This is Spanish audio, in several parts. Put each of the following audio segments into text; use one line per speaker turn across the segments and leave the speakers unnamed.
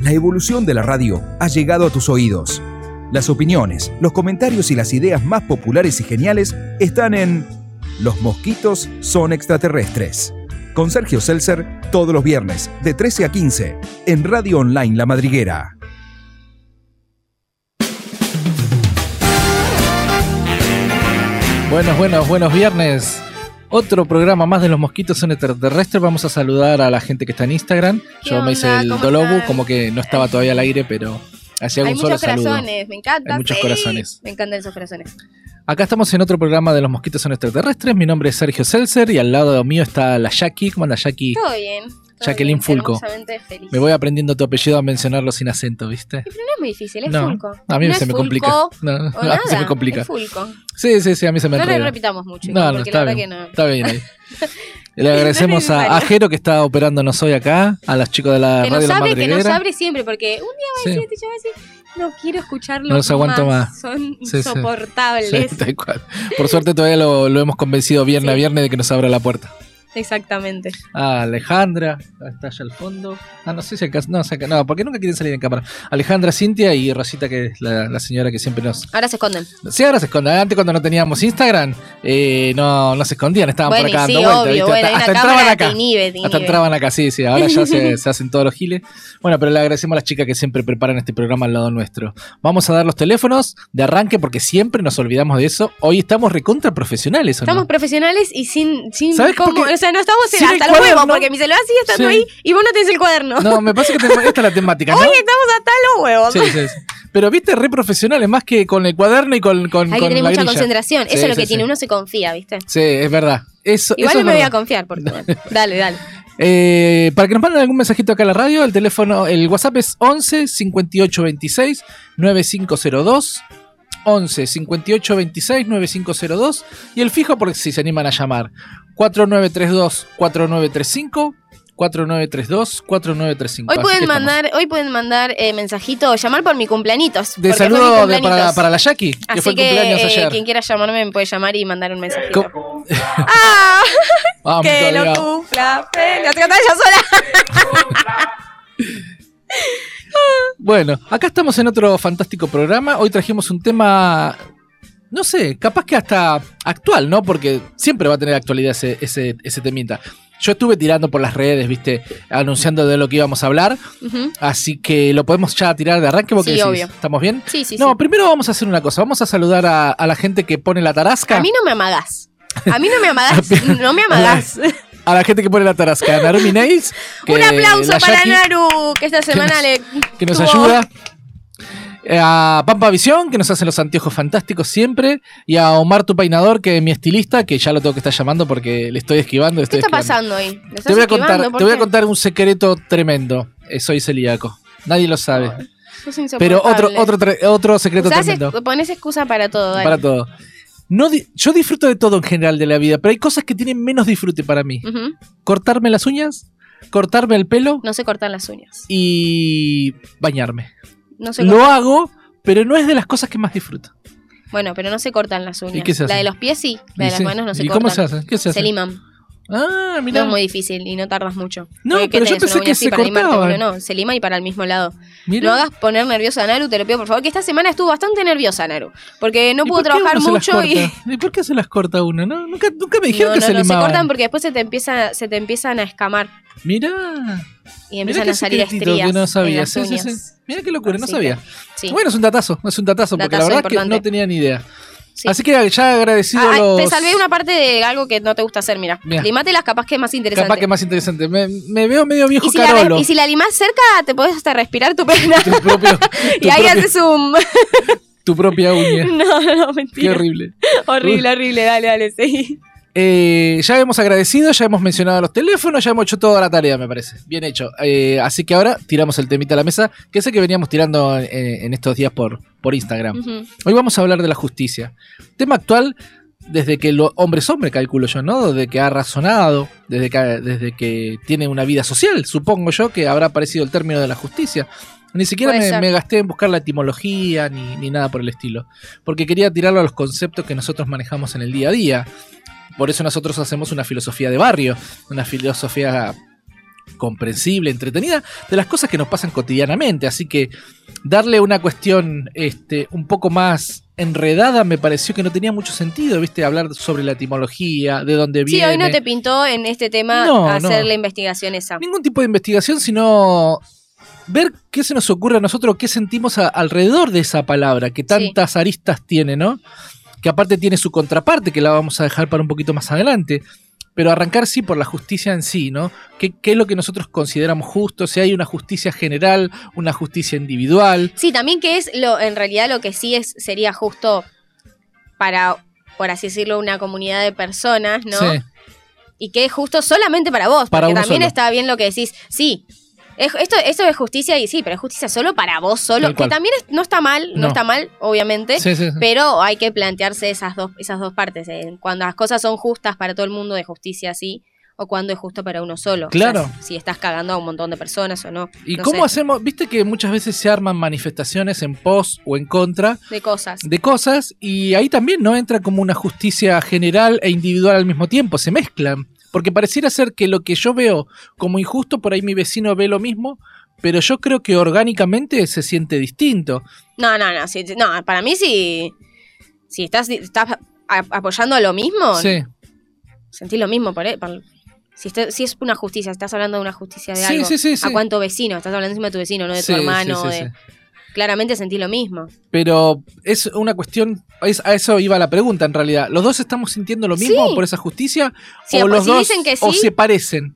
La evolución de la radio ha llegado a tus oídos. Las opiniones, los comentarios y las ideas más populares y geniales están en Los mosquitos son extraterrestres. Con Sergio Seltzer todos los viernes de 13 a 15 en Radio Online La Madriguera.
Buenos, buenos, buenos viernes. Otro programa más de los mosquitos son extraterrestres. Vamos a saludar a la gente que está en Instagram.
¿Qué
Yo me hice
onda?
el
¿Cómo
Dolobu,
están?
como que no estaba todavía al aire, pero hacía
Hay
un solo
muchos
saludo.
corazones, me encanta.
Hay muchos
sí,
corazones.
Me encantan esos corazones.
Acá estamos en otro programa de los mosquitos son extraterrestres. Mi nombre es Sergio Seltzer y al lado mío está la Jackie. ¿Cómo anda Jackie?
Todo bien. todo
Jacqueline
bien,
Fulco.
hermosamente feliz.
Me voy aprendiendo tu apellido a mencionarlo sin acento, ¿viste?
No es muy difícil, es
No,
Fulco.
a mí
No
se
es
me
Fulco
complica. No,
O
a mí
nada,
se me complica.
Es Fulco.
Sí, sí, sí, a mí se me
No le
enreda.
repitamos mucho,
No, no,
porque
está
la verdad
bien.
que no.
Está bien ahí. Le
No es
agradecemos a, a
necesario.
Jero que está operándonos hoy acá, a los chicos de la radio
Que nos
La
abre, que nos
Madriguera.
abre siempre, porque un día va a
Sí.
decir, este chaval va a decir, no quiero escucharlo.
No los aguanto más.
Son
Sí, sí.
insoportables.
Sí, tal cual. Por suerte todavía lo, lo hemos convencido viernes a
Sí.
viernes de que nos abra la puerta.
Exactamente.
Ah, Alejandra, ahí está allá al fondo. Ah, no sé si alcanza. No, saca, no, porque nunca quieren salir en cámara. Alejandra, Cintia y Rosita, que es la, la señora que siempre nos.
Ahora se esconden.
Sí, ahora se esconde. Antes, cuando no teníamos Instagram, eh, no, no se escondían, estaban
bueno,
por acá
y sí,
dando vueltas.
obvio.
¿viste?
Bueno,
hasta
hay
hasta
una
entraban
cámara
acá.
te inhibe, te
Hasta
inhibe.
entraban acá, sí, sí. Ahora ya se, se hacen todos los giles. Bueno, pero le agradecemos a las chicas que siempre preparan este programa al lado nuestro. Vamos a dar los teléfonos de arranque porque siempre nos olvidamos de eso. Hoy estamos recontra profesionales, ¿o no?
Estamos profesionales y sin, sin
¿Sabes por
cómo,
qué?
o sea, no estamos en
Sin el
hasta los huevos,
cuaderno.
porque mi celular sigue estando
Sí.
ahí y vos no tenés el cuaderno.
No, me parece que tenemos- esta es la temática, ¿no?
Hoy estamos hasta los huevos.
Sí, sí, sí. Pero viste, re profesionales, más que con el cuaderno y con, con,
Hay que
con
tener
la
mucha
grilla.
concentración.
Sí,
eso es lo
sí,
que tiene,
sí.
uno se confía, ¿viste?
Sí, es verdad. Eso,
Igual
eso
no
es
me voy
verdad.
a confiar, porque bueno, dale, dale.
Eh, para que nos manden algún mensajito acá a la radio, el teléfono, el WhatsApp es 11 58 26 9502. 11 58 26 9502. Y el fijo, porque si se animan a llamar, 4932 4935. 4932 4935.
Hoy
Así que
pueden
estamos.
mandar, hoy pueden mandar eh, mensajito o llamar por mi cumpleañitos.
De
porque fue mi
saludo de-
cumpleañitos.
para, para la Jackie, que
Así
fue el
que
cumpleaños
eh,
ayer.
quien quiera llamarme me puede llamar y mandar un mensajito.
Co-
¡Ah!
Vamos,
que
todavía.
lo cumpla feliz. Así que estaba ella sola.
Bueno, acá estamos en otro fantástico programa. Hoy trajimos un tema, no sé, capaz que hasta actual, ¿no? Porque siempre va a tener actualidad ese, ese, ese temita. Yo estuve tirando por las redes, viste, anunciando de lo que íbamos a hablar,
Ujú.
así que lo podemos ya tirar de arranque porque
Sí, obvio.
estamos bien.
Sí, sí,
no,
sí.
primero vamos a hacer una cosa, vamos a saludar a, a la gente que pone la tarasca,
A mí no me amagás. A mí no me amagás. no me amagás.
a la gente que pone la tarasca, a Narumi Nails, que
un aplauso
la
para
Jackie,
Naru, que esta semana
nos-
le.
que nos
tuvo-
ayuda. eh, A Pampa Visión, que nos hace los anteojos fantásticos siempre. Y a Omar Tu Peinador, que es mi estilista, que ya lo tengo que estar llamando porque le estoy esquivando. le
¿Qué
estoy
está
esquivando.
pasando hoy? ¿Lo
Te
estás
voy, a contar,
esquivando? ¿Por
te voy a
qué?
contar un secreto tremendo. Eh, Soy celíaco. Nadie lo sabe.
Sos
Pero otro,
insoportable.
otro, tre- otro secreto
Usás
tremendo.
ex- ponés excusa para todo, dale.
Para todo. No di- yo disfruto de todo en general de la vida, pero hay cosas que tienen menos disfrute para mí.
Ujú.
Cortarme las uñas, cortarme el pelo
Mm. No se cortan las uñas.
y bañarme.
No se
Lo
cortan-
hago, pero no es de las cosas que más disfruto.
Bueno, pero no se cortan las uñas.
¿Y qué se hace?
La de los pies sí,
¿Y
la de las
sí?
manos no se
¿Y
cortan.
cómo se hace? ¿Qué se hace?
liman.
Ah,
No
mira.
es muy difícil y no tardas mucho.
No,
Porque, ¿qué
pero yo
tenés,
pensé
una uña
que
así
se
para limarte?
cortaba.
Bueno, no, se lima y para el mismo lado.
mira.
No hagas poner nerviosa a Naru, te lo pido por favor, que esta semana estuvo bastante nerviosa Naru, porque no
¿Y por
pudo
qué
trabajar
uno se las
mucho y
corta? por qué se las corta uno? No, nunca, nunca me dijeron
no,
que
no,
se
no, se
limaban.
cortan porque después se te empieza se te empiezan a escamar
Mira.
y empiezan
qué
a salir
secretito
estrías.
que no
en
sabía.
las
Sí, sí, sí.
uñas.
Mira qué locura, no
Así
sabía.
Sí.
Bueno, es un datazo, es un datazo, porque la
Datazo
verdad es que
importante.
no tenía ni idea.
sí.
Así que ya agradecido
Ah,
a
ah,
los...
Te salvé una parte de algo que no te gusta hacer, mira.
Mirá.
Limátelas capaz que es más interesante.
Capaz que más interesante. Me, me veo medio viejo
y, si la,
Carolo.
res- y si la limás cerca, te podés hasta respirar tu pena.
Tu, propio- tu
y ahí
propio-
haces un.
tu propia uña.
no, no,
Qué
mentira.
horrible.
Horrible, horrible. Dale, dale, seguí.
Eh, ya hemos agradecido, ya hemos mencionado los teléfonos, ya hemos hecho toda la tarea, me parece. Bien hecho. Eh, así que ahora tiramos el temita a la mesa, que sé que veníamos tirando eh, en estos días por, por Instagram.
Ujú.
Hoy vamos a hablar de la justicia. Tema actual desde que el hombre es hombre, calculo yo, ¿no? Desde que ha razonado, desde que, ha- desde que tiene una vida social, supongo yo que habrá aparecido el término de la justicia. Ni siquiera
Puede
me,
ser.
me gasté en buscar la etimología ni, ni nada por el estilo, porque quería tirarlo a los conceptos que nosotros manejamos en el día a día. Por eso nosotros hacemos una filosofía de barrio, una filosofía comprensible, entretenida, de las cosas que nos pasan cotidianamente. Así que darle una cuestión este, un poco más enredada me pareció que no tenía mucho sentido, ¿viste? Hablar sobre la etimología, de dónde
Sí,
viene.
hoy no te pintó en este tema
No,
hacer
no.
la investigación esa.
Ningún tipo de investigación, sino ver qué se nos ocurre a nosotros, qué sentimos a- alrededor de esa palabra, que tantas aristas tiene, ¿no? Que aparte tiene su contraparte, que la vamos a dejar para un poquito más adelante. Pero arrancar sí por la justicia en sí, ¿no? ¿Qué, qué es lo que nosotros consideramos justo? Si hay una justicia general, una justicia individual.
Sí, también que es lo, en realidad lo que sí es, sería justo para, por así decirlo, una comunidad de personas, ¿no?
Sí.
Y que es justo solamente para vos.
Para
porque
uno
también
solo.
está bien lo que decís, sí. es- Esto, esto es justicia y sí, pero es justicia solo para vos solo.
Tal
Que
cual.
también es- no está mal, no,
No.
está mal, obviamente.
Sí, sí, sí.
Pero hay que plantearse esas dos, esas dos partes. eh, Cuando las cosas son justas para todo el mundo, de justicia sí, o cuando es justo para uno solo. O sea,
Claro.
si estás cagando a un montón de personas o no.
¿Y
no
cómo
sé,
hacemos? Viste que muchas veces se arman manifestaciones en pos o en contra
De cosas.
de cosas y ahí también no entra como una justicia general e individual al mismo tiempo, se mezclan. Porque pareciera ser que lo que yo veo como injusto, por ahí mi vecino ve lo mismo, pero yo creo que orgánicamente se siente distinto.
No, no, no. Si, no, para mí sí. Si estás, estás a- apoyando lo mismo,
Sí,
sentís lo mismo por él. por- si, está- si es una justicia, estás hablando de una justicia de
sí,
algo.
sí, sí. sí.
¿A cuánto vecino? Estás hablando encima de tu vecino, no de
Sí,
tu
sí,
hermano.
sí,
de-
sí.
Claramente sentís lo mismo.
Pero es una cuestión, es- a eso iba la pregunta en realidad. ¿Los dos estamos sintiendo lo mismo
Sí.
por esa justicia?
Si,
o los
pues, si
dos
dicen que
o
sí,
se parecen.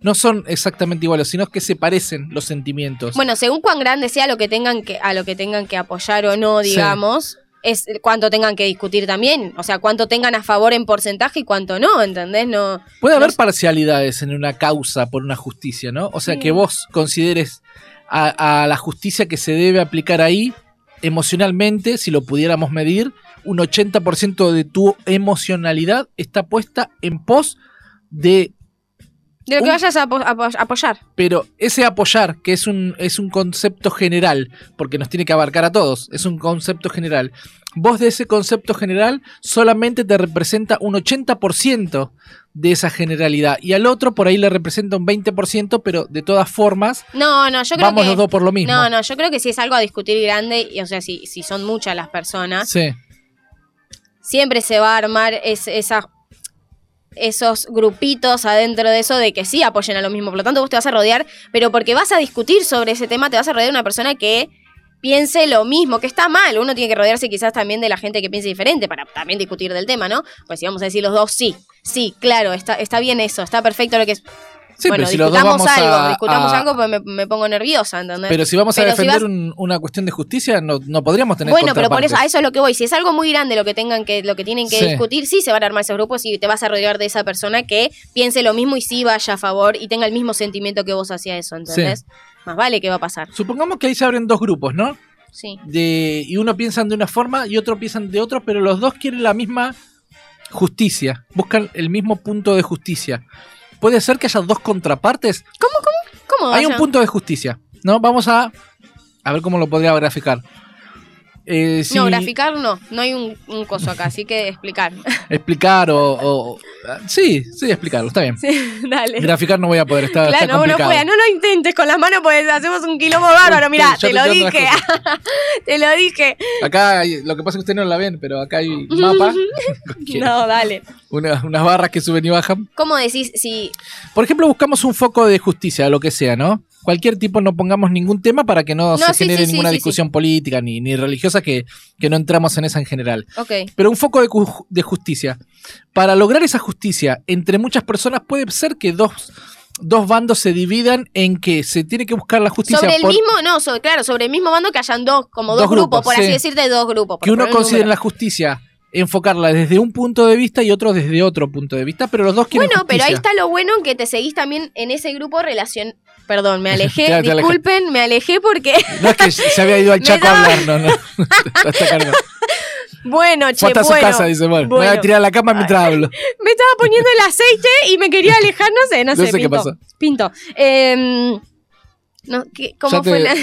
No son exactamente iguales, sino que se parecen los sentimientos.
Bueno, según cuán grande sea lo que tengan que, a lo que tengan que apoyar o no,
Sí.
digamos, es cuánto tengan que discutir también. O sea, cuánto tengan a favor en porcentaje y cuánto no, ¿entendés? No.
Puede haber
los-
parcialidades en una causa por una justicia, ¿no? O sea,
Sí.
que vos consideres a, a la justicia que se debe aplicar ahí emocionalmente, si lo pudiéramos medir, un 80% de tu emocionalidad está puesta en pos de
De lo que
Un-
vayas a apo- apo- apoyar.
Pero ese apoyar, que es un, es un concepto general, porque nos tiene que abarcar a todos, es un concepto general. Vos de ese concepto general solamente te representa un 80% de esa generalidad. Y al otro por ahí le representa un 20%, pero de todas formas,
No, no, yo creo
vamos
que.
los dos por lo mismo.
no, no, yo creo que si es algo a discutir grande, y, o sea, si, si son muchas las personas,
Sí,
siempre se va a armar es- esa- esos grupitos adentro de eso de que sí apoyen a lo mismo. Por lo tanto, vos te vas a rodear, pero porque vas a discutir sobre ese tema, te vas a rodear de una persona que piense lo mismo, que está mal. Uno tiene que rodearse quizás también de la gente que piense diferente para también discutir del tema, ¿no? Pues si vamos a decir los dos, sí, sí, claro, está, está bien eso, está perfecto lo que es.
sí
bueno,
pero si los dos
discutamos
vamos
algo,
a...
discutamos
a-
algo, pues me, me pongo nerviosa, ¿entendés?
Pero si vamos a
Pero si
defender
vas-
un- una cuestión de justicia, no, no podríamos tener
Bueno, pero por eso, a
contrapartes.
eso es lo que voy. Si es algo muy grande lo que tengan que, lo que tienen que
Sí.
discutir, sí se van a armar esos grupos y te vas a rodear de esa persona que piense lo mismo y sí vaya a favor y tenga el mismo sentimiento que vos hacia eso, ¿entendés? Más vale que va a pasar.
Supongamos que ahí se abren dos grupos, ¿no?
Sí.
de, y uno piensan de una forma y otro piensan de otro, pero los dos quieren la misma justicia, buscan el mismo punto de justicia. Puede ser que haya dos contrapartes.
¿Cómo
Hay
vas
un
a-
punto de justicia, ¿no? Vamos a a ver cómo lo podría graficar. Eh, si-
No, graficar no. No hay un, un coso acá, así que explicar.
Explicar o, o- sí, sí, explicarlo, está bien.
Sí, dale.
Graficar no voy a poder, está, está
Claro, no, no
complicado.
pueda, no lo intentes con las manos porque hacemos un quilombo bárbaro. Mirá,
Yo
te lo
tengo otras
dije. te lo dije.
Acá, hay- lo que pasa es que ustedes no la ven, pero acá hay un mapa,
No, dale.
una- unas barras que suben y bajan.
¿Cómo decís si
Por ejemplo, buscamos un foco de justicia, lo que sea, ¿no? Cualquier tipo, no pongamos ningún tema para que no,
No,
se
sí,
genere
sí, sí,
ninguna
sí,
discusión política ni, ni religiosa, que, que no entramos en esa en general.
Ok.
Pero un foco de, cu- de justicia. Para lograr esa justicia entre muchas personas, puede ser que dos, dos bandos se dividan en que se tiene que buscar la justicia
Sobre el
por-
mismo, no, so- claro, sobre el mismo bando que hayan dos, como dos,
Dos
grupos,
grupos,
por así
sí.
decirte, dos grupos. por
que uno
poner un
considere
número.
la justicia enfocarla desde un punto de vista y otro desde otro punto de vista, pero los dos quieren
Bueno, pero ahí
justicia.
está lo bueno que te seguís también en ese grupo relación. Perdón, me alejé,
Te alejé.
disculpen, me alejé porque.
No es que se había ido al
Me
Chaco
daba-
a hablar, no, no. Está cargado.
Bueno, che,
Fue hasta su
bueno,
casa, dice, bueno, me voy
bueno.
a tirar a la cama mientras hablo.
Me estaba poniendo el aceite y me quería alejar, no sé, no,
No
sé,
sé qué
pinto.
pasó.
Pinto. Em, no, ¿qué- ¿Cómo
Ya te-
fue la.?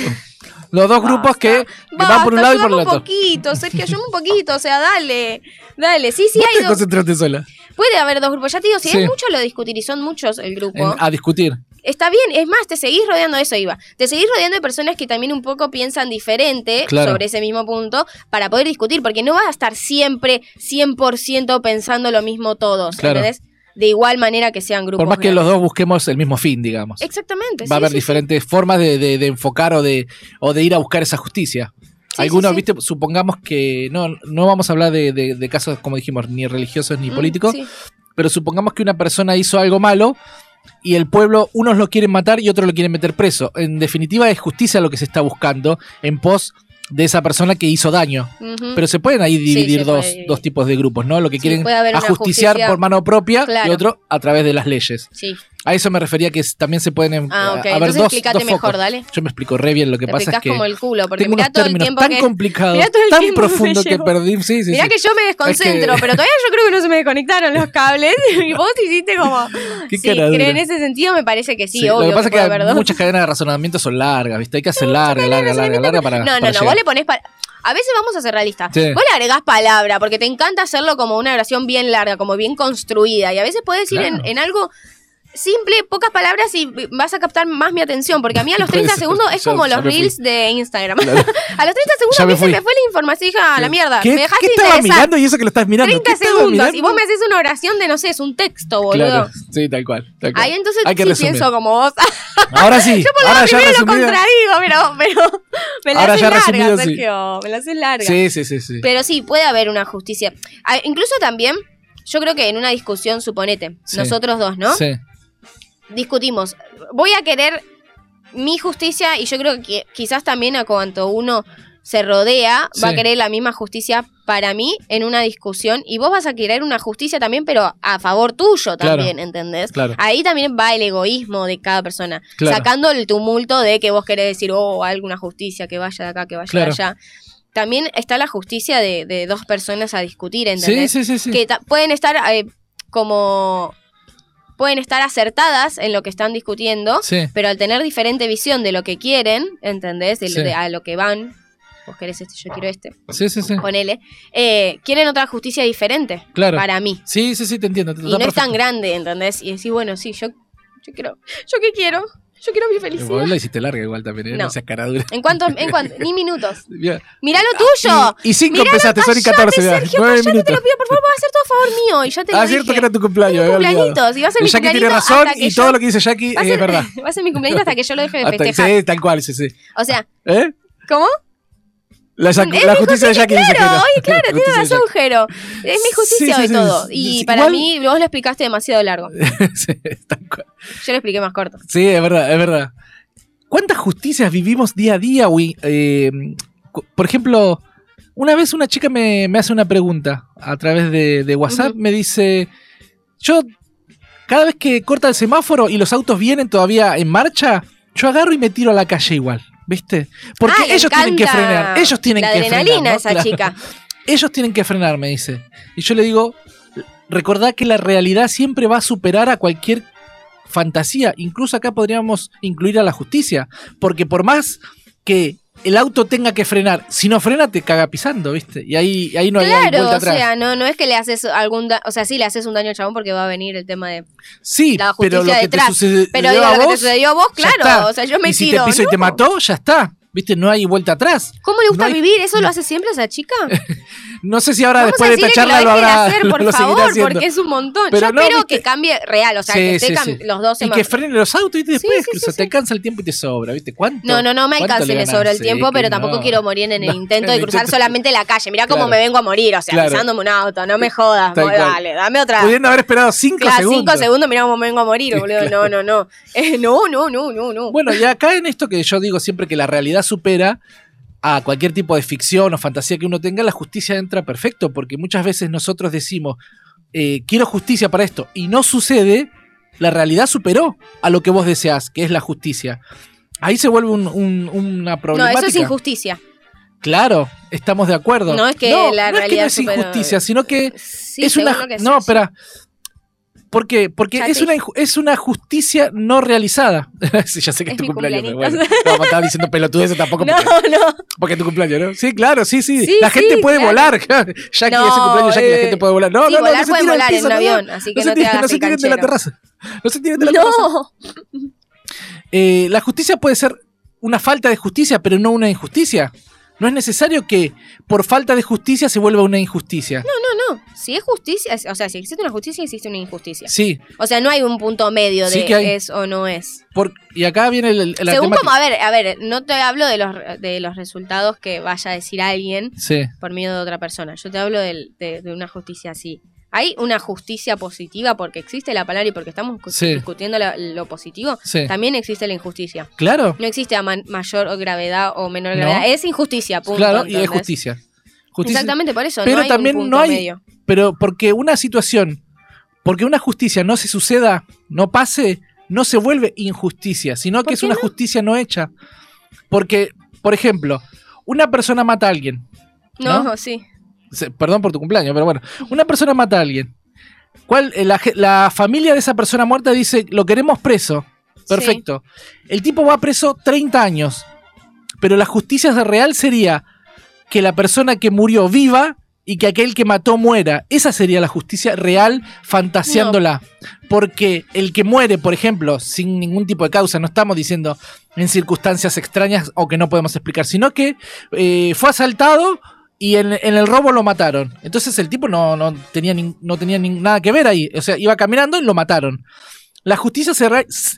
Los dos grupos que, que van por un lado y por el
ayúdame un
otro.
poquito, Sergio, ayúdame un poquito, o sea, dale. Dale, sí, sí,
Vos
hay
te
dos.
concentraste sola
Puede haber dos grupos, ya te digo, si
Sí.
es mucho lo discutir y son muchos el
en- ah.
grupo.
a discutir.
Está bien, es más, te seguís rodeando de eso, Iba. Te seguís rodeando de personas que también un poco piensan diferente
Claro.
sobre ese mismo punto para poder discutir, porque no vas a estar siempre 100% pensando lo mismo todos,
Claro.
¿entendés? De igual manera que sean grupos.
Por más que
grandes.
los dos busquemos el mismo fin, digamos.
Exactamente.
Va a
sí,
haber
sí, sí.
diferentes formas de, de- de enfocar o de, o de ir a buscar esa justicia.
Sí,
Algunos,
sí, sí.
viste, supongamos que no, no vamos a hablar de, de- de casos, como dijimos, ni religiosos ni
Mm,
políticos,
sí.
pero supongamos que una persona hizo algo malo y el pueblo, unos lo quieren matar y otros lo quieren meter preso. En definitiva, es justicia lo que se está buscando en pos de esa persona que hizo daño.
Ujú.
Pero se pueden ahí dividir
Mm. se puede
dos,
dividir.
dos tipos de grupos, ¿no? Lo que
Sí,
quieren
puede haber una
ajusticiar
justicia-
por mano propia y
Claro.
otro a través de las leyes.
Sí.
A eso me refería que es- también se pueden em,
Ah,
eh,
ok.
haber
Entonces
eh, dos,
explícate
dos
mejor,
focos.
dale.
Yo me explico re bien, lo que
Te
pasa es
picás
que
como el culo, porque
tengo
mirá
unos
todo el
términos
tiempo
tan
que.
complicados,
mirá todo el
tan
tiempo que me
profundos que
llevo.
perdí. Sí, sí,
Mirá
sí.
que yo me desconcentro,
Es que-
pero todavía yo creo que no se me desconectaron los cables. Y vos hiciste como.
Qué
sí,
cara
creo
dura.
en ese sentido me parece que sí,
Sí,
obvio.
lo que pasa
que puede
es
haber
que
dos.
muchas cadenas de razonamiento son largas, ¿viste? Hay que hacer larga, larga, larga, larga para.
No, no,
para
no,
llegar.
vos le ponés para. A veces vamos a ser realistas.
Sí.
Vos le agregás palabra, porque te encanta hacerlo como una oración bien larga, como bien construida. Y a veces puedes ir en,
Claro.
en algo simple, pocas palabras, y vas a captar más mi atención. Porque a mí a los
Puede
30
ser.
segundos es
Ya-
como
ya
los
me fui.
reels de Instagram.
Claro.
a los 30 segundos
Ya
a
me
mí se
fui.
me fue la información, hija, a la mierda.
¿Qué,
me dejaste
qué estaba
interesar.
mirando y eso que lo estás mirando?
30
¿Qué estaba
segundos.
mirando?
Y vos me haces una oración de, no sé, es un texto, boludo.
Claro, sí, tal cual. tal cual.
Ahí entonces
Hay que
sí
resumir.
pienso como vos.
Ahora sí,
Yo por lo
ahora
menos
ya
primero lo
resumido.
contradigo, pero, pero me la
Ahora
haces
ya
larga,
resumido, sí.
Sergio. Me la haces larga.
Sí, sí, sí, sí.
Pero sí, puede haber una justicia. Ah, incluso también, yo creo que en una discusión, suponete,
Sí.
nosotros dos, ¿no?
Sí.
Discutimos. Voy a querer mi justicia y yo creo que quizás también a cuanto uno se rodea, va a
Sí.
querer la misma justicia para mí en una discusión y vos vas a querer una justicia también, pero a favor tuyo
Claro.
también, ¿entendés?
Claro.
Ahí también va el egoísmo de cada persona.
Claro.
Sacando el tumulto de que vos querés decir, oh, alguna justicia, que vaya de acá, que vaya
Claro.
de allá. También está la justicia de, de dos personas a discutir,
Sí,
¿entendés?
sí, sí, sí.
Que ta- pueden estar eh, como. pueden estar acertadas en lo que están discutiendo,
Sí.
pero al tener diferente visión de lo que quieren, ¿entendés? De, lo-
Sí.
de- a lo que van. Vos querés este, yo quiero este.
Sí, sí, sí.
Ponele. Eh, quieren otra justicia diferente.
Claro.
Para mí.
Sí, sí, sí, te entiendo. te-
Y
está
no es tan
perfecto.
grande, ¿entendés? Y decís, bueno, sí, yo, yo quiero. ¿Yo qué quiero? Yo quiero mi
Vos
felicidad.
la hiciste larga igual también, ¿eh?
No.
No seas cara dura.
¿En cuántos? En cuánto? Ni minutos.
Bien.
Mirá lo tuyo.
Y, y Ah, cinco
Mirá,
empezaste, son y
callate,
14, vea,
Sergio,
nueve
callate, te
minutos.
lo pido, por favor, vas a hacer todo a favor mío. Y ya te lo
Ah,
dije.
cierto que era tu cumpleaños.
Es mi
había olvidado.
cumpleañitos, y va a ser
El
mi
Jackie tiene
cumpleañito
razón
hasta que
y
yo-
todo lo que dice Jackie eh,
Va a,
es
ser,
verdad.
va a ser mi cumpleaños hasta que yo lo deje de
Hasta-
festejar.
sí, tal cual, sí, sí.
O sea,
¿Eh?
¿cómo?
La, Jack-
Es
la
mi
justicia de Jackie dice que
Claro,
no.
oye, claro,
La
tiene
justicia de
razón, Jero. Es mi
Sí,
justicia
sí,
hoy
sí,
todo.
sí,
Y
sí,
para
igual-
mí, vos lo explicaste demasiado largo.
Jackie. sí, tal cual.
Yo lo expliqué más corto.
Sí, es verdad, es verdad. ¿Cuántas justicias vivimos día a día, güey? Eh, cu- por ejemplo, una vez una chica me, me hace una pregunta a través de, de WhatsApp,
Ujú.
me dice, yo cada vez que corta el semáforo y los autos vienen todavía en marcha, yo agarro y me tiro a la calle igual, ¿viste? Porque
Ah, le
ellos tienen que
encanta
frenar, ellos tienen
la
que
adrenalina
frenar. ¿no?
esa
Claro.
chica.
Ellos tienen que frenar, me dice. Y yo le digo, recordad que la realidad siempre va a superar a cualquier fantasía. Incluso acá podríamos incluir a la justicia. Porque por más que el auto tenga que frenar, si no frena te caga pisando, ¿viste? Y ahí, ahí no hay
claro,
vuelta
o
atrás.
sea, no, no es que le haces algún daño, o sea, sí le haces un daño al chabón porque va a venir el tema de...
sí,
la
pero lo
justicia
que
detrás.
te sucedió
Pero digo,
a
lo que te
vos,
sucedió a vos,
ya
claro,
está.
o sea, yo me
y si te
tiro,
piso y
¿no?
te mató, ya está. ¿Viste? No hay vuelta atrás.
¿Cómo le gusta
No hay-
vivir? ¿Eso lo hace siempre esa chica?
No sé si ahora
Vamos a
después de
decirle
esta
que lo
charla lo
dejen de
habrá
hacer, por
lo seguirá
favor,
haciendo.
porque es un montón.
Pero
yo
no,
espero
viste-
que cambie real, o sea,
Sí,
que esté
sí,
cam-
sí.
los dos
Y
semáforos.
que frenen los autos y después
Sí, sí,
cruza, te
sí, sí.
alcanza el tiempo y te sobra, ¿viste? ¿Cuánto?
No, no, no me
cuánto le
alcancen
ganas?
sobre el
Sí,
tiempo,
que
pero tampoco
no.
quiero morir en el
No,
intento de
en el
cruzar
intento-
solamente la calle. Mirá cómo
Claro.
me vengo a morir, o sea,
Claro.
pisándome un auto, no me jodas.
Tal
vos,
cual.
dale, dame otra.
Pudiendo haber esperado 5
Claro,
segundos.
cinco segundos, mirá cómo me vengo a morir, boludo.
Claro.
No, no, no. Eh, no, no, no, no, no.
Bueno, y acá en esto que yo digo siempre que la realidad supera a cualquier tipo de ficción o fantasía que uno tenga, la justicia entra perfecto, porque muchas veces nosotros decimos, eh, quiero justicia para esto, y no sucede, la realidad superó a lo que vos deseás, que es la justicia. Ahí se vuelve un- un- una
no,
problemática.
eso es injusticia.
Claro, estamos de acuerdo.
No es que la
no es que
realidad
no es
supera-
injusticia, sino que
Sí,
es
según
una.
lo que
no,
sos.
espera. ¿Por qué? Porque
Ya
es
te
una, inju- es una justicia no realizada. Sí, ya sé que es,
Es
tu
mi
cumpleaños. pero
cumpleaños.
Bueno, no, me estabas diciendo pelotudeces tampoco
No,
porque,
no.
porque es tu cumpleaños, ¿no? Sí, claro, sí, sí.
Sí,
la gente
sí,
puede
claro.
volar. Jackie,
No,
es el cumpleaños, Jackie,
eh.
la gente puede volar. No,
sí,
no, no,
volar
no se
puede
tiran al
volar en
piso,
un
no, no.
avión, así que
No
no,
se
te
tiren-
hagas
no se
el
tiren de la
canchero.
terraza. No se tiren de la terraza.
No,
eh, la justicia puede ser una falta de justicia, pero no una injusticia. No es necesario que por falta de justicia se vuelva una injusticia.
No, no, no. Si es justicia, es- o sea, si existe una justicia, existe una injusticia.
Sí,
O sea, no hay un punto medio de
Sí que hay.
es o no es.
por- y acá viene el, el- la
Según
temática.
como, a ver, a ver, no te hablo de los, de los resultados que vaya a decir alguien
Sí,
por miedo de otra persona. Yo te hablo del- de, de una justicia así. Hay una justicia positiva porque existe la palabra y porque estamos cu-
Sí.
discutiendo la- lo positivo.
sí.
También existe la injusticia.
Claro,
No existe a man- mayor gravedad o menor
No.
gravedad. Es injusticia, punto.
claro, y es
¿entendés?
justicia. Justicia-
Exactamente, por eso.
Pero
no hay un
también
punto
no hay-
medio.
Pero porque una situación, porque una justicia no se suceda, no pase, no se vuelve injusticia, sino
¿Por
que es
qué
una
no?
justicia no hecha. Porque, por ejemplo, una persona mata a alguien.
No,
¿no?
sí.
Se- Perdón por tu cumpleaños, pero bueno. Una persona mata a alguien. ¿Cuál, eh, la, ge- la familia de esa persona muerta dice, lo queremos preso. Perfecto. El tipo va preso 30 años. Pero la justicia real sería que la persona que murió viva y que aquel que mató muera. Esa sería la justicia real fantaseándola. Porque el que muere, por ejemplo, sin ningún tipo de causa, no estamos diciendo en circunstancias extrañas o que no podemos explicar, sino que eh, fue asaltado y en, en el robo lo mataron. Entonces el tipo no, no tenía, nin- no tenía nin- nada que ver ahí. O sea, iba caminando y lo mataron. La justicia se-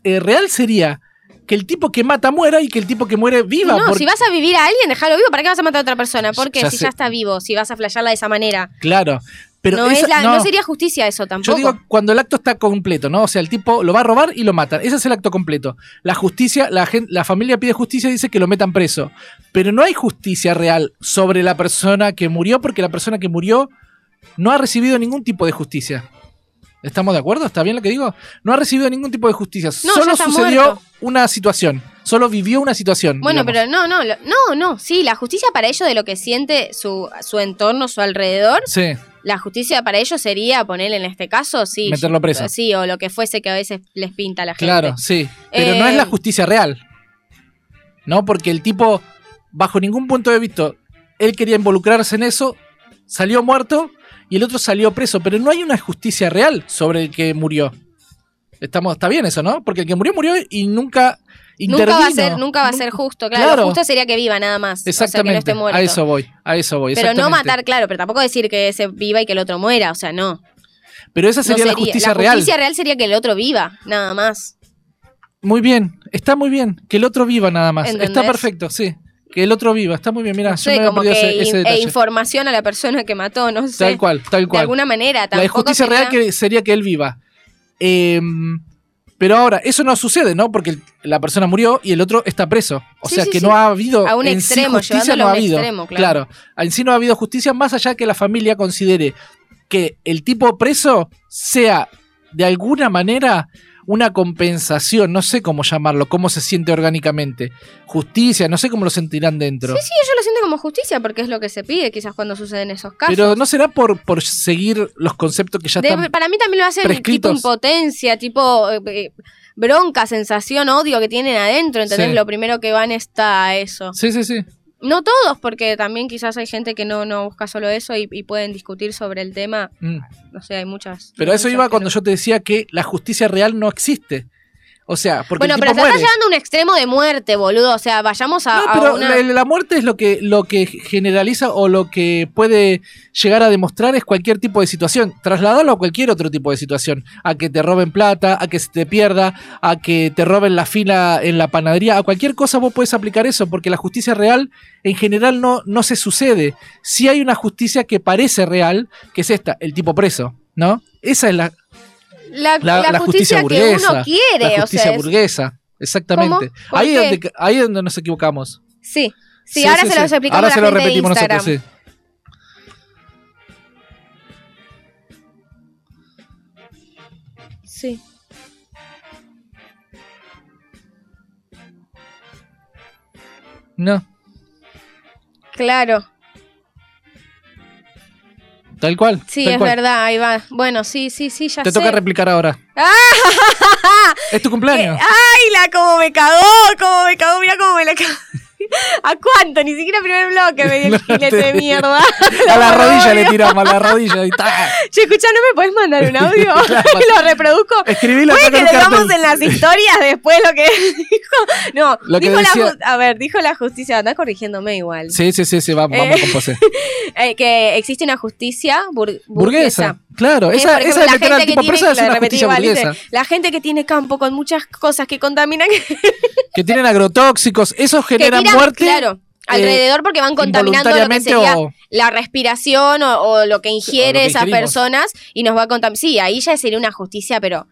eh, real sería que el tipo que mata muera y que el tipo que muere viva.
No,
porque-
si vas a vivir a alguien, déjalo vivo. ¿Para qué vas a matar a otra persona? Porque
Ya
si
sé.
ya está vivo, si vas a flashearla de esa manera.
Claro. Pero
no,
esa-
es la- no
no.
sería justicia eso
Yo
tampoco.
digo cuando el acto está completo, ¿no? O sea, el tipo lo va a robar y lo matan. Ese es el acto completo. La justicia, la, gen- la familia pide justicia y dice que lo metan preso. Pero no hay justicia real sobre la persona que murió porque la persona que murió no ha recibido ningún tipo de justicia. ¿Estamos de acuerdo? ¿Está bien lo que digo? No ha recibido ningún tipo de justicia.
No, ya
Solo
está
sucedió
muerto.
una situación. Solo vivió una situación.
Bueno,
digamos.
pero no, no, lo- no, no, sí, la justicia para ellos de lo que siente su, su entorno, su alrededor,
Sí,
la justicia para ellos sería poner en este caso, sí.
Meterlo preso.
Sí, o lo que fuese que a veces les pinta a la gente.
claro, sí. Pero
Eh,
no es la justicia real. ¿No? Porque el tipo, bajo ningún punto de vista, él quería involucrarse en eso, salió muerto y el otro salió preso. Pero no hay una justicia real sobre el que murió. Estamos, está bien eso, ¿no? Porque el que murió, murió y nunca intervino.
Nunca va a ser, nunca va a ser justo, claro.
Claro.
Justo sería que viva nada más. o sea, que no
Exactamente.
esté muerto.
a eso voy, a eso voy.
pero no
exactamente.
matar, claro, pero tampoco decir que ese viva y que el otro muera, o sea, no.
Pero esa
No
sería, la justicia real.
sería que el otro viva, nada más.
Muy bien, está muy bien. Que el otro viva nada más. Está
¿Entendés?
perfecto, sí. Que el otro viva, está muy bien. Mira,
No sé,
Ah, yo me había
como que
perdido ese, ese
in- e
detalle.
información a la persona que mató, no sé.
Tal cual, tal
De
cual.
alguna manera,
La
tampoco
injusticia
sería-
real que sería que él viva. Eh, pero ahora, eso no sucede, ¿no? Porque la persona murió y el otro está preso. O
Sí,
sea
sí,
que
sí.
no ha habido.
A un
en
extremo,
sí justicia
llevándolo
no
a
ha
un
habido.
extremo, claro.
En sí no ha habido justicia, más allá que la familia considere que el tipo preso sea de alguna manera una compensación, no sé cómo llamarlo, cómo se siente orgánicamente. Justicia, no sé cómo lo sentirán dentro.
Sí, sí, yo lo siento como justicia porque es lo que se pide quizás cuando suceden esos casos.
pero no será por, por seguir los conceptos que ya
De-
están
para mí también lo hacen
prescritos.
tipo impotencia, tipo eh, eh, bronca, sensación, odio que tienen adentro, ¿entendés?
Sí.
Lo primero que van está a eso.
Sí, sí, sí.
No todos, porque también quizás hay gente que no, no busca solo eso y, y pueden discutir sobre el tema.
Mm.
No sé, hay muchas.
Pero a eso
muchas
iba
que
cuando
no.
yo te decía que la justicia real no existe. O sea, porque
Bueno,
el
pero
tipo
te
muere.
estás llevando a un extremo de muerte, boludo. O sea, vayamos a,
No,
a
pero
una.
la, la muerte es lo que, lo que generaliza o lo que puede llegar a demostrar es cualquier tipo de situación. Trasladarlo a cualquier otro tipo de situación. A que te roben plata, a que se te pierda, a que te roben la fila en la panadería. A cualquier cosa vos puedes aplicar eso, porque la justicia real en general no, no se sucede. Si hay una justicia que parece real, que es esta, el tipo preso, ¿no? Esa es la,
La,
la-
la
la
justicia,
justicia
que uno
burguesa,
quiere,
la
o
justicia
sea. es-
burguesa. Exactamente.
¿Por
Ahí es,
qué?
donde, ahí es donde nos equivocamos.
Sí, sí, ahora se los explicamos
Ahora
a la
se lo
gente de
repetimos
Instagram.
nosotros, sí.
Sí.
No,
Claro,
tal cual.
sí,
tal
es
cual.
verdad, ahí va. Bueno, sí, sí, sí, Ah. ya
Te
sé.
toca replicar ahora. ¿Es tu cumpleaños?
Ah, ¡Ay, la cómo me cagó! ¡Cómo me cagó! Mira cómo me la cagó. ¿A cuánto? Ni siquiera primer bloque me dio el jinete de mierda.
A la rodilla le
Obvio.
tiramos, a la rodilla. Y ta.
Che, escucha, ¿no me puedes mandar un audio?
Claro.
lo reproduzco.
Escribilo
Puede
acá
que
con
lo
un
hagamos
cartel.
en las historias después lo que dijo. No,
Lo que
dijo
decía-
la ju- A ver, dijo la justicia, andás corrigiéndome igual.
Sí, sí, sí, sí, vamos, vamos con José.
Eh, que existe una justicia bur-
Burguesa, claro.
Eh,
Esa,
por ejemplo,
esa de
la
meter al
gente que
tipo
tiene-
preso es
lo
una
repetí
justicia
igual, ¿viste?
burguesa.
La gente que tiene campo con muchas cosas que contaminan, que
Que tienen agrotóxicos, eso genera
tiran,
muerte. eh,
Claro, alrededor porque van contaminando lo que
involuntariamente
sería
o-
la respiración o, o lo que ingiere
que
esas
ingerimos.
personas y nos va a contaminar. Sí, ahí ya sería una justicia, pero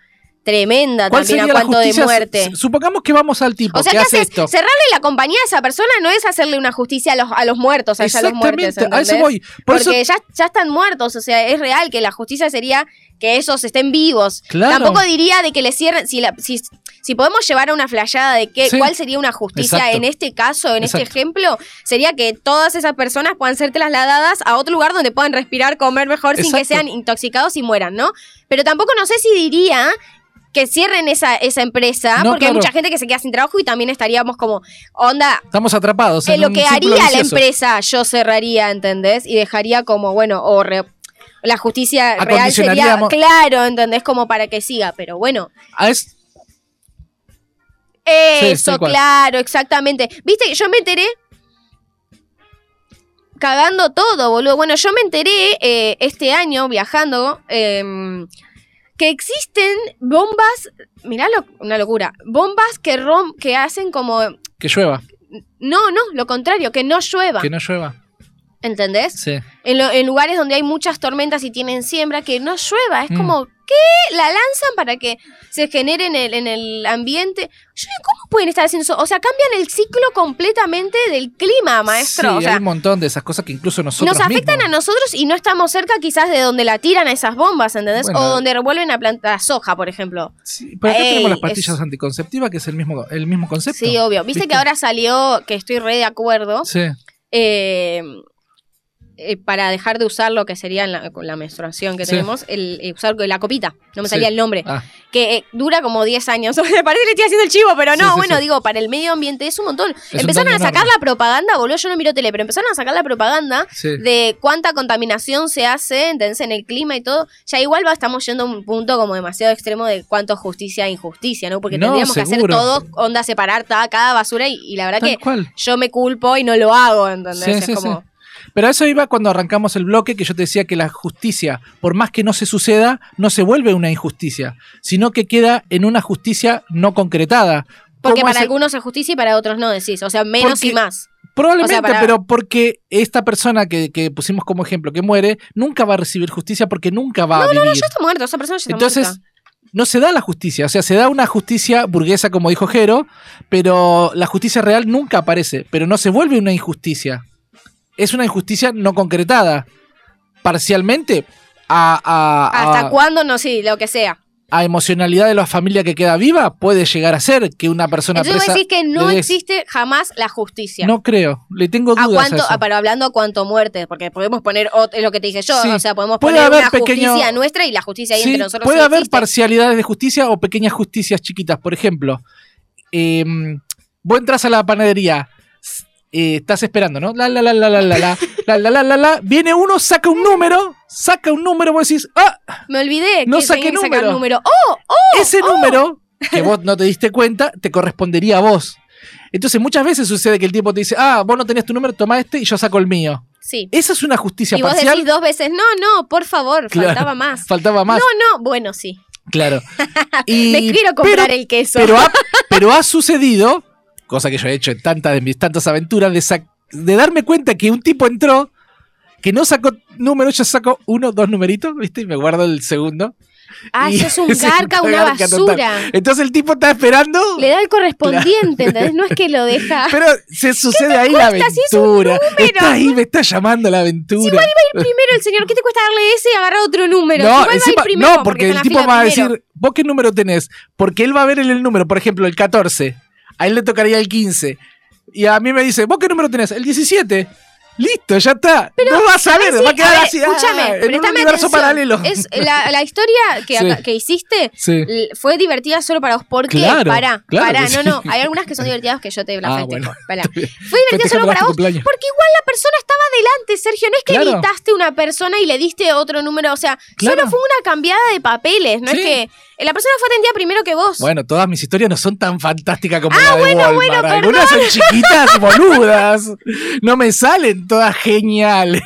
tremenda
¿Cuál
también
sería
a
la
cuánto de
justicia?
muerte.
S- Supongamos que vamos al tipo
O sea,
que
¿qué
hace
haces?
esto.
Cerrarle la compañía a esa persona no es hacerle una justicia a los, a los muertos, a, ya los muertos.
Exactamente, a eso
¿entendés?
voy. Por eso,
Porque ya, ya están muertos, o sea, es real que la justicia sería que esos estén vivos.
Claro.
Tampoco diría de que le cierren, si, la- si, si podemos llevar a una flayada de qué,
Sí.
cuál sería una justicia
Exacto.
en este caso, en este
Exacto.
ejemplo, sería que todas esas personas puedan ser trasladadas a otro lugar donde puedan respirar, comer mejor sin que
Exacto.
sean intoxicados y mueran, ¿no? Pero tampoco no sé si diría que cierren esa, esa empresa,
No,
porque hay
claro.
mucha gente que se queda sin trabajo y también estaríamos como, onda,
estamos atrapados.
eh,
en
lo
un
que
círculo
haría la
vicioso.
empresa, yo cerraría, ¿entendés? Y dejaría como, bueno, o re- la justicia real sería,
Acondicionaríamos.
claro, ¿entendés? Como para que siga, pero bueno.
Ah, es-
Eso,
tal cual.
claro, exactamente. Viste, que yo me enteré cagando todo, boludo. Bueno, yo me enteré eh, este año viajando em, que existen bombas, mirá, lo- una locura, bombas que, rom que hacen como...
que llueva,
No, no, lo contrario, que no llueva.
que no llueva.
¿Entendés?
Sí.
en, lo- en lugares donde hay muchas tormentas y tienen siembra, que no llueva. Es
Mm.
como, ¿qué? La lanzan para que se genere en el, en el ambiente. Yo digo, ¿Cómo pueden estar haciendo eso? O sea, cambian el ciclo completamente del clima, maestro.
Sí,
o sea,
hay un montón de esas cosas que incluso nosotros
nos afectan
mismos.
a nosotros y no estamos cerca quizás de donde la tiran a esas bombas, ¿entendés?
Bueno.
o donde revuelven a plantar soja, por ejemplo.
Sí, pero acá tenemos las
Ey,
pastillas
es-
anticonceptivas, que es el mismo, el mismo concepto.
Sí, obvio. Viste, que ahora salió, que estoy re de acuerdo,
Sí.
eh, eh, para dejar de usar lo que sería la, con la menstruación que
Sí.
tenemos, el, eh, usar la copita, no me
Sí.
salía el nombre,
Ah,
que eh, dura como 10 años. me parece que le estoy haciendo el chivo, pero no,
Sí, sí,
bueno,
sí.
digo, para el medio ambiente es un montón.
un
empezaron
daño
a sacar
enorme.
la propaganda, boludo, yo no miro tele, pero empezaron a sacar la propaganda
sí.
de cuánta contaminación se hace, ¿entendés? En el clima y todo. Ya igual va, estamos yendo a un punto como demasiado extremo de cuánto justicia e injusticia, ¿no? Porque
No,
tendríamos que hacer
seguro.
todo, onda, separar ta- cada basura y, y la verdad
Tal
que
cual.
yo me culpo y no lo hago, ¿entendés?
Sí,
es
sí,
como,
Pero a eso iba cuando arrancamos el bloque, que yo te decía que la justicia, por más que no se suceda, no se vuelve una injusticia, sino que queda en una justicia no concretada.
Porque
Como
para
ese-
algunos es justicia y para otros no, decís. O sea, menos
Porque-
y más.
Probablemente,
o sea, para-
pero porque esta persona que, que pusimos como ejemplo, que muere, nunca va a recibir justicia porque nunca va a vivir.
Ya está muerto, esa persona ya está
Entonces,
muerta.
no se da la justicia. O sea, se da una justicia burguesa, como dijo Jero, pero la justicia real nunca aparece. Pero no se vuelve una injusticia. Es una injusticia no concretada. Parcialmente a, a-
¿Hasta
a-
cuándo? No, sí, lo que sea.
a emocionalidad de la familia que queda viva puede llegar a ser que una persona
Entonces vos
presa.
decís que no
le des-
existe jamás la justicia.
No creo. Le tengo
¿A
dudas. a
cuánto,
eso.
ah, pero hablando a cuánto muerte, porque podemos poner, ot- es lo que te dije yo,
Sí,
o sea, podemos
puede
poner
haber
una
pequeño-
justicia nuestra y la justicia ahí
Sí,
entre nosotros.
puede
sí
haber
existe.
parcialidades de justicia o pequeñas justicias chiquitas. Por ejemplo, eh, vos entras a la panadería, s- eh, estás esperando, ¿no? La, la, la, la, la, la, la, la, la, la, la, la. Viene uno, saca un número, saca un número, vos decís, ¡ah!
Me olvidé
No
que
saqué
tenía que sacar
número.
número. ¡Oh!
Ese número que vos no te diste cuenta te correspondería a vos. Entonces muchas veces sucede que el tipo te dice, ah, vos no tenías tu número, toma este y yo saco el mío.
Sí.
Esa es una justicia
Y vos
parcial.
decís dos veces, no, no, por favor,
Claro.
faltaba más.
Faltaba más,
No, no, bueno, sí.
claro. Y,
Me quiero
pero
comprar el queso.
Pero ha, pero ha sucedido, cosa que yo he hecho en tantas de mis tantas aventuras, de, sac- de darme cuenta que un tipo entró, que no sacó números, yo saco uno, dos numeritos, ¿viste? Y me guardo el segundo.
ah,
y
eso es un
es un
garca, una
garca total.
basura.
Entonces el tipo está esperando,
Le da el correspondiente, ¿entendés? No es que lo deja.
pero se sucede ahí la
cuesta si es un
aventura. está ahí, me está llamando la aventura.
Primero el señor, ¿qué te cuesta darle ese y agarrar otro número?
no,
Igual va a ir
encima-
primero
no, porque
está
el
en la
tipo
fila
va a
primero.
decir, ¿vos qué número tenés? Porque él va a ver el, el número, por ejemplo, el 14. A él le tocaría el 15. Y a mí me dice, ¿vos qué número tenés? El 17. Listo, ya está. no vas a ver,
Sí,
va a quedar
ver,
así. ah,
escúchame,
en un
prestame
universo
atención.
paralelo.
Es la, la historia que,
Sí.
acá- que hiciste
Sí.
l- fue divertida solo para vos. ¿Por qué?
Claro,
pará,
claro
pará,
que
no,
sí.
no. Hay algunas que son divertidas que yo te las
Ah,
festejo.
bueno,
Pará.
bien.
Fue divertida
Festejame más
solo para
tu
vos.
cumpleaños.
Porque igual la persona estaba delante, Sergio. No es que
Claro.
evitaste una persona y le diste otro número. O sea,
Claro.
solo fue una cambiada de papeles. No
Sí.
es que. eh, La persona fue atendida primero que vos.
Bueno, todas mis historias no son tan fantásticas como
Ah,
la de
bueno,
Walmart.
bueno, perdón.
Algunas son chiquitas, boludas. No me salen todas geniales.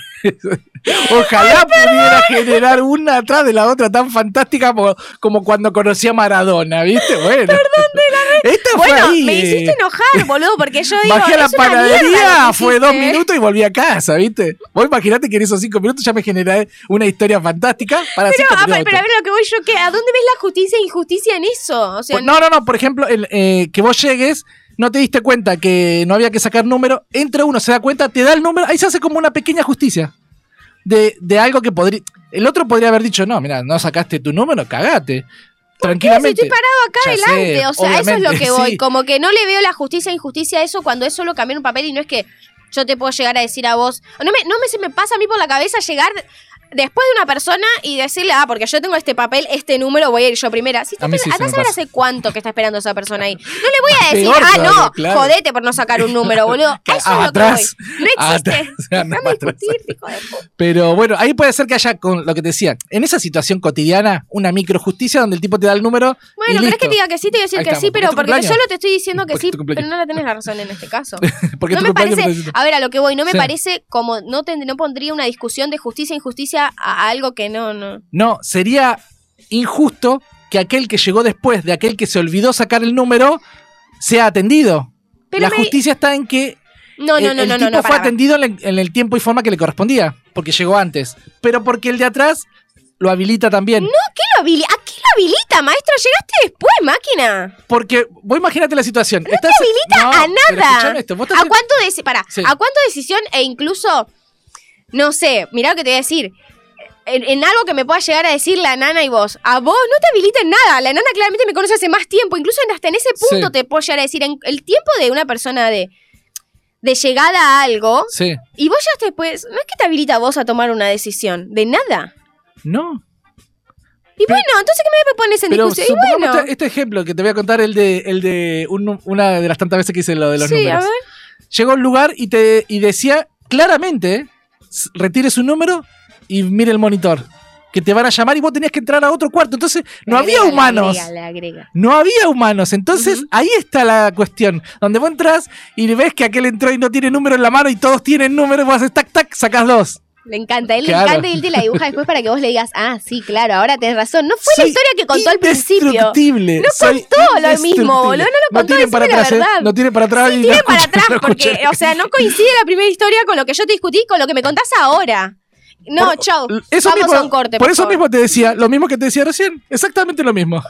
Ojalá pudiera generar una atrás de la otra tan fantástica como, como cuando conocí a Maradona, ¿viste? Bueno. Perdón de la Esta fue
Bueno,
ahí,
me
eh.
hiciste enojar, boludo, porque yo digo.
Bajé a la
es una mierda lo que
panadería, fue dos
hiciste, ¿eh?
minutos y volví a casa, ¿viste? Vos imaginate que en esos cinco minutos ya me generé una historia fantástica para
Pero,
cinco
apa,
minutos.
pero a ver lo que voy yo, que ¿a dónde ves la justicia e injusticia en eso? O sea,
Pues, no, no, no, por ejemplo, el, eh, que vos llegues, no te diste cuenta que no había que sacar número, entra uno, se da cuenta, te da el número, ahí se hace como una pequeña justicia de, de algo que podría... El otro podría haber dicho, no, mira, no sacaste tu número, cagate.
si
Tranquilamente.
estoy parado acá
Ya sé,
adelante, o sea, eso es lo
obviamente,
que voy.
sí.
Como que no le veo la justicia e injusticia a eso cuando es solo cambiar un papel y no es que yo te puedo llegar a decir a vos. No me, no me se me pasa a mí por la cabeza llegar después de una persona y decirle, ah, porque yo tengo este papel, este número, voy a ir yo primera.
A
Si estás
mí sí se
andá a
me
saber
pasa.
hace cuánto que está esperando esa persona ahí. No le voy a decir,
Peor
ah,
todavía,
no,
claro.
jodete por no sacar un número, boludo. A Eso es lo que voy.
Atrás,
No
atrás,
existe.
anda
Déjame
para atrás.
discutir, hijo de puta.
Pero bueno, ahí puede ser que haya, con lo que te decía, en esa situación cotidiana, una microjusticia donde el tipo te da el número. y
Bueno, ¿crees
listo.
que te diga que sí? Te voy a decir
Ahí
que
estamos.
sí, pero
Porque es
porque
tu
yo
cumpleaños.
lo te estoy diciendo que
Porque
sí,
es tu
pero
cumpleaños.
no la tenés la razón en este caso.
Porque
No
tu
me
cumpleaños no
parece,
te-
a ver, a lo que voy, no me
Sí.
parece como, no, tend- no pondría una discusión de justicia e injusticia a a algo que no, no.
No, sería injusto que aquel que llegó después de aquel que se olvidó sacar el número sea atendido.
Pero
la
me-
justicia está en que
No, no,
el,
no,
el
no, no,
tipo fue
no, pará, pará.
atendido en el, en el tiempo y forma que le correspondía, porque llegó antes. Pero porque el de atrás lo habilita también.
¿Qué lo habili- ¿A qué lo habilita, maestro? Llegaste después, máquina.
Porque, vos imagínate la situación. No estás,
habilita a
pero
nada.
escuchame esto, vos
¿A
estás-
cuánto, deci- pará,
Sí.
¿A cuánto decisión e incluso, no sé, mirá lo que te voy a decir? En, en algo que me pueda llegar a decir la nana y vos, a vos no te habilita en nada. La nana claramente me conoce hace más tiempo. Incluso en- hasta en ese punto
Sí.
te puedo llegar a decir en- el tiempo de una persona de, de llegada a algo.
Sí.
Y vos ya después, no es que te habilita a vos a tomar una decisión, de nada.
No.
Y bueno, entonces ¿qué me pones en
Pero
discusión? Y
supongamos
bueno,
este, este ejemplo que te voy a contar, el de, el de un nu- una de las tantas veces que hice lo de los
sí,
números.
a ver.
llegó a un lugar y te y decía claramente, s- retire su número y mire el monitor, que te van a llamar y vos tenías que entrar a otro cuarto, entonces no
Le agrega,
había
le
humanos.
agrega, le agrega.
No había humanos, entonces
Ujú.
ahí está la cuestión, donde vos entras y ves que aquel entró y no tiene número en la mano y todos tienen número, vos haces tac tac, sacás dos.
Le encanta, a él
Claro.
le encanta y él te la dibuja después para que vos le digas, ah, sí, claro, ahora tenés razón. No fue la
Soy
historia que contó al principio.
Indestructible.
No
soy
contó lo mismo,
indestructible.
boludo, no lo contó,
tienen para
decime la
atrás, ¿eh?
verdad.
no tiene para atrás. y
Sí,
no
tiene para
escuché,
atrás,
no escuché.
porque, o sea, no coincide la primera historia con lo que yo te discutí, con lo que me contás ahora. No,
Por-
chau.
Eso
Vamos
mismo-
a un corte.
Por,
por
eso
favor.
mismo te decía, lo mismo que te decía recién, exactamente lo mismo.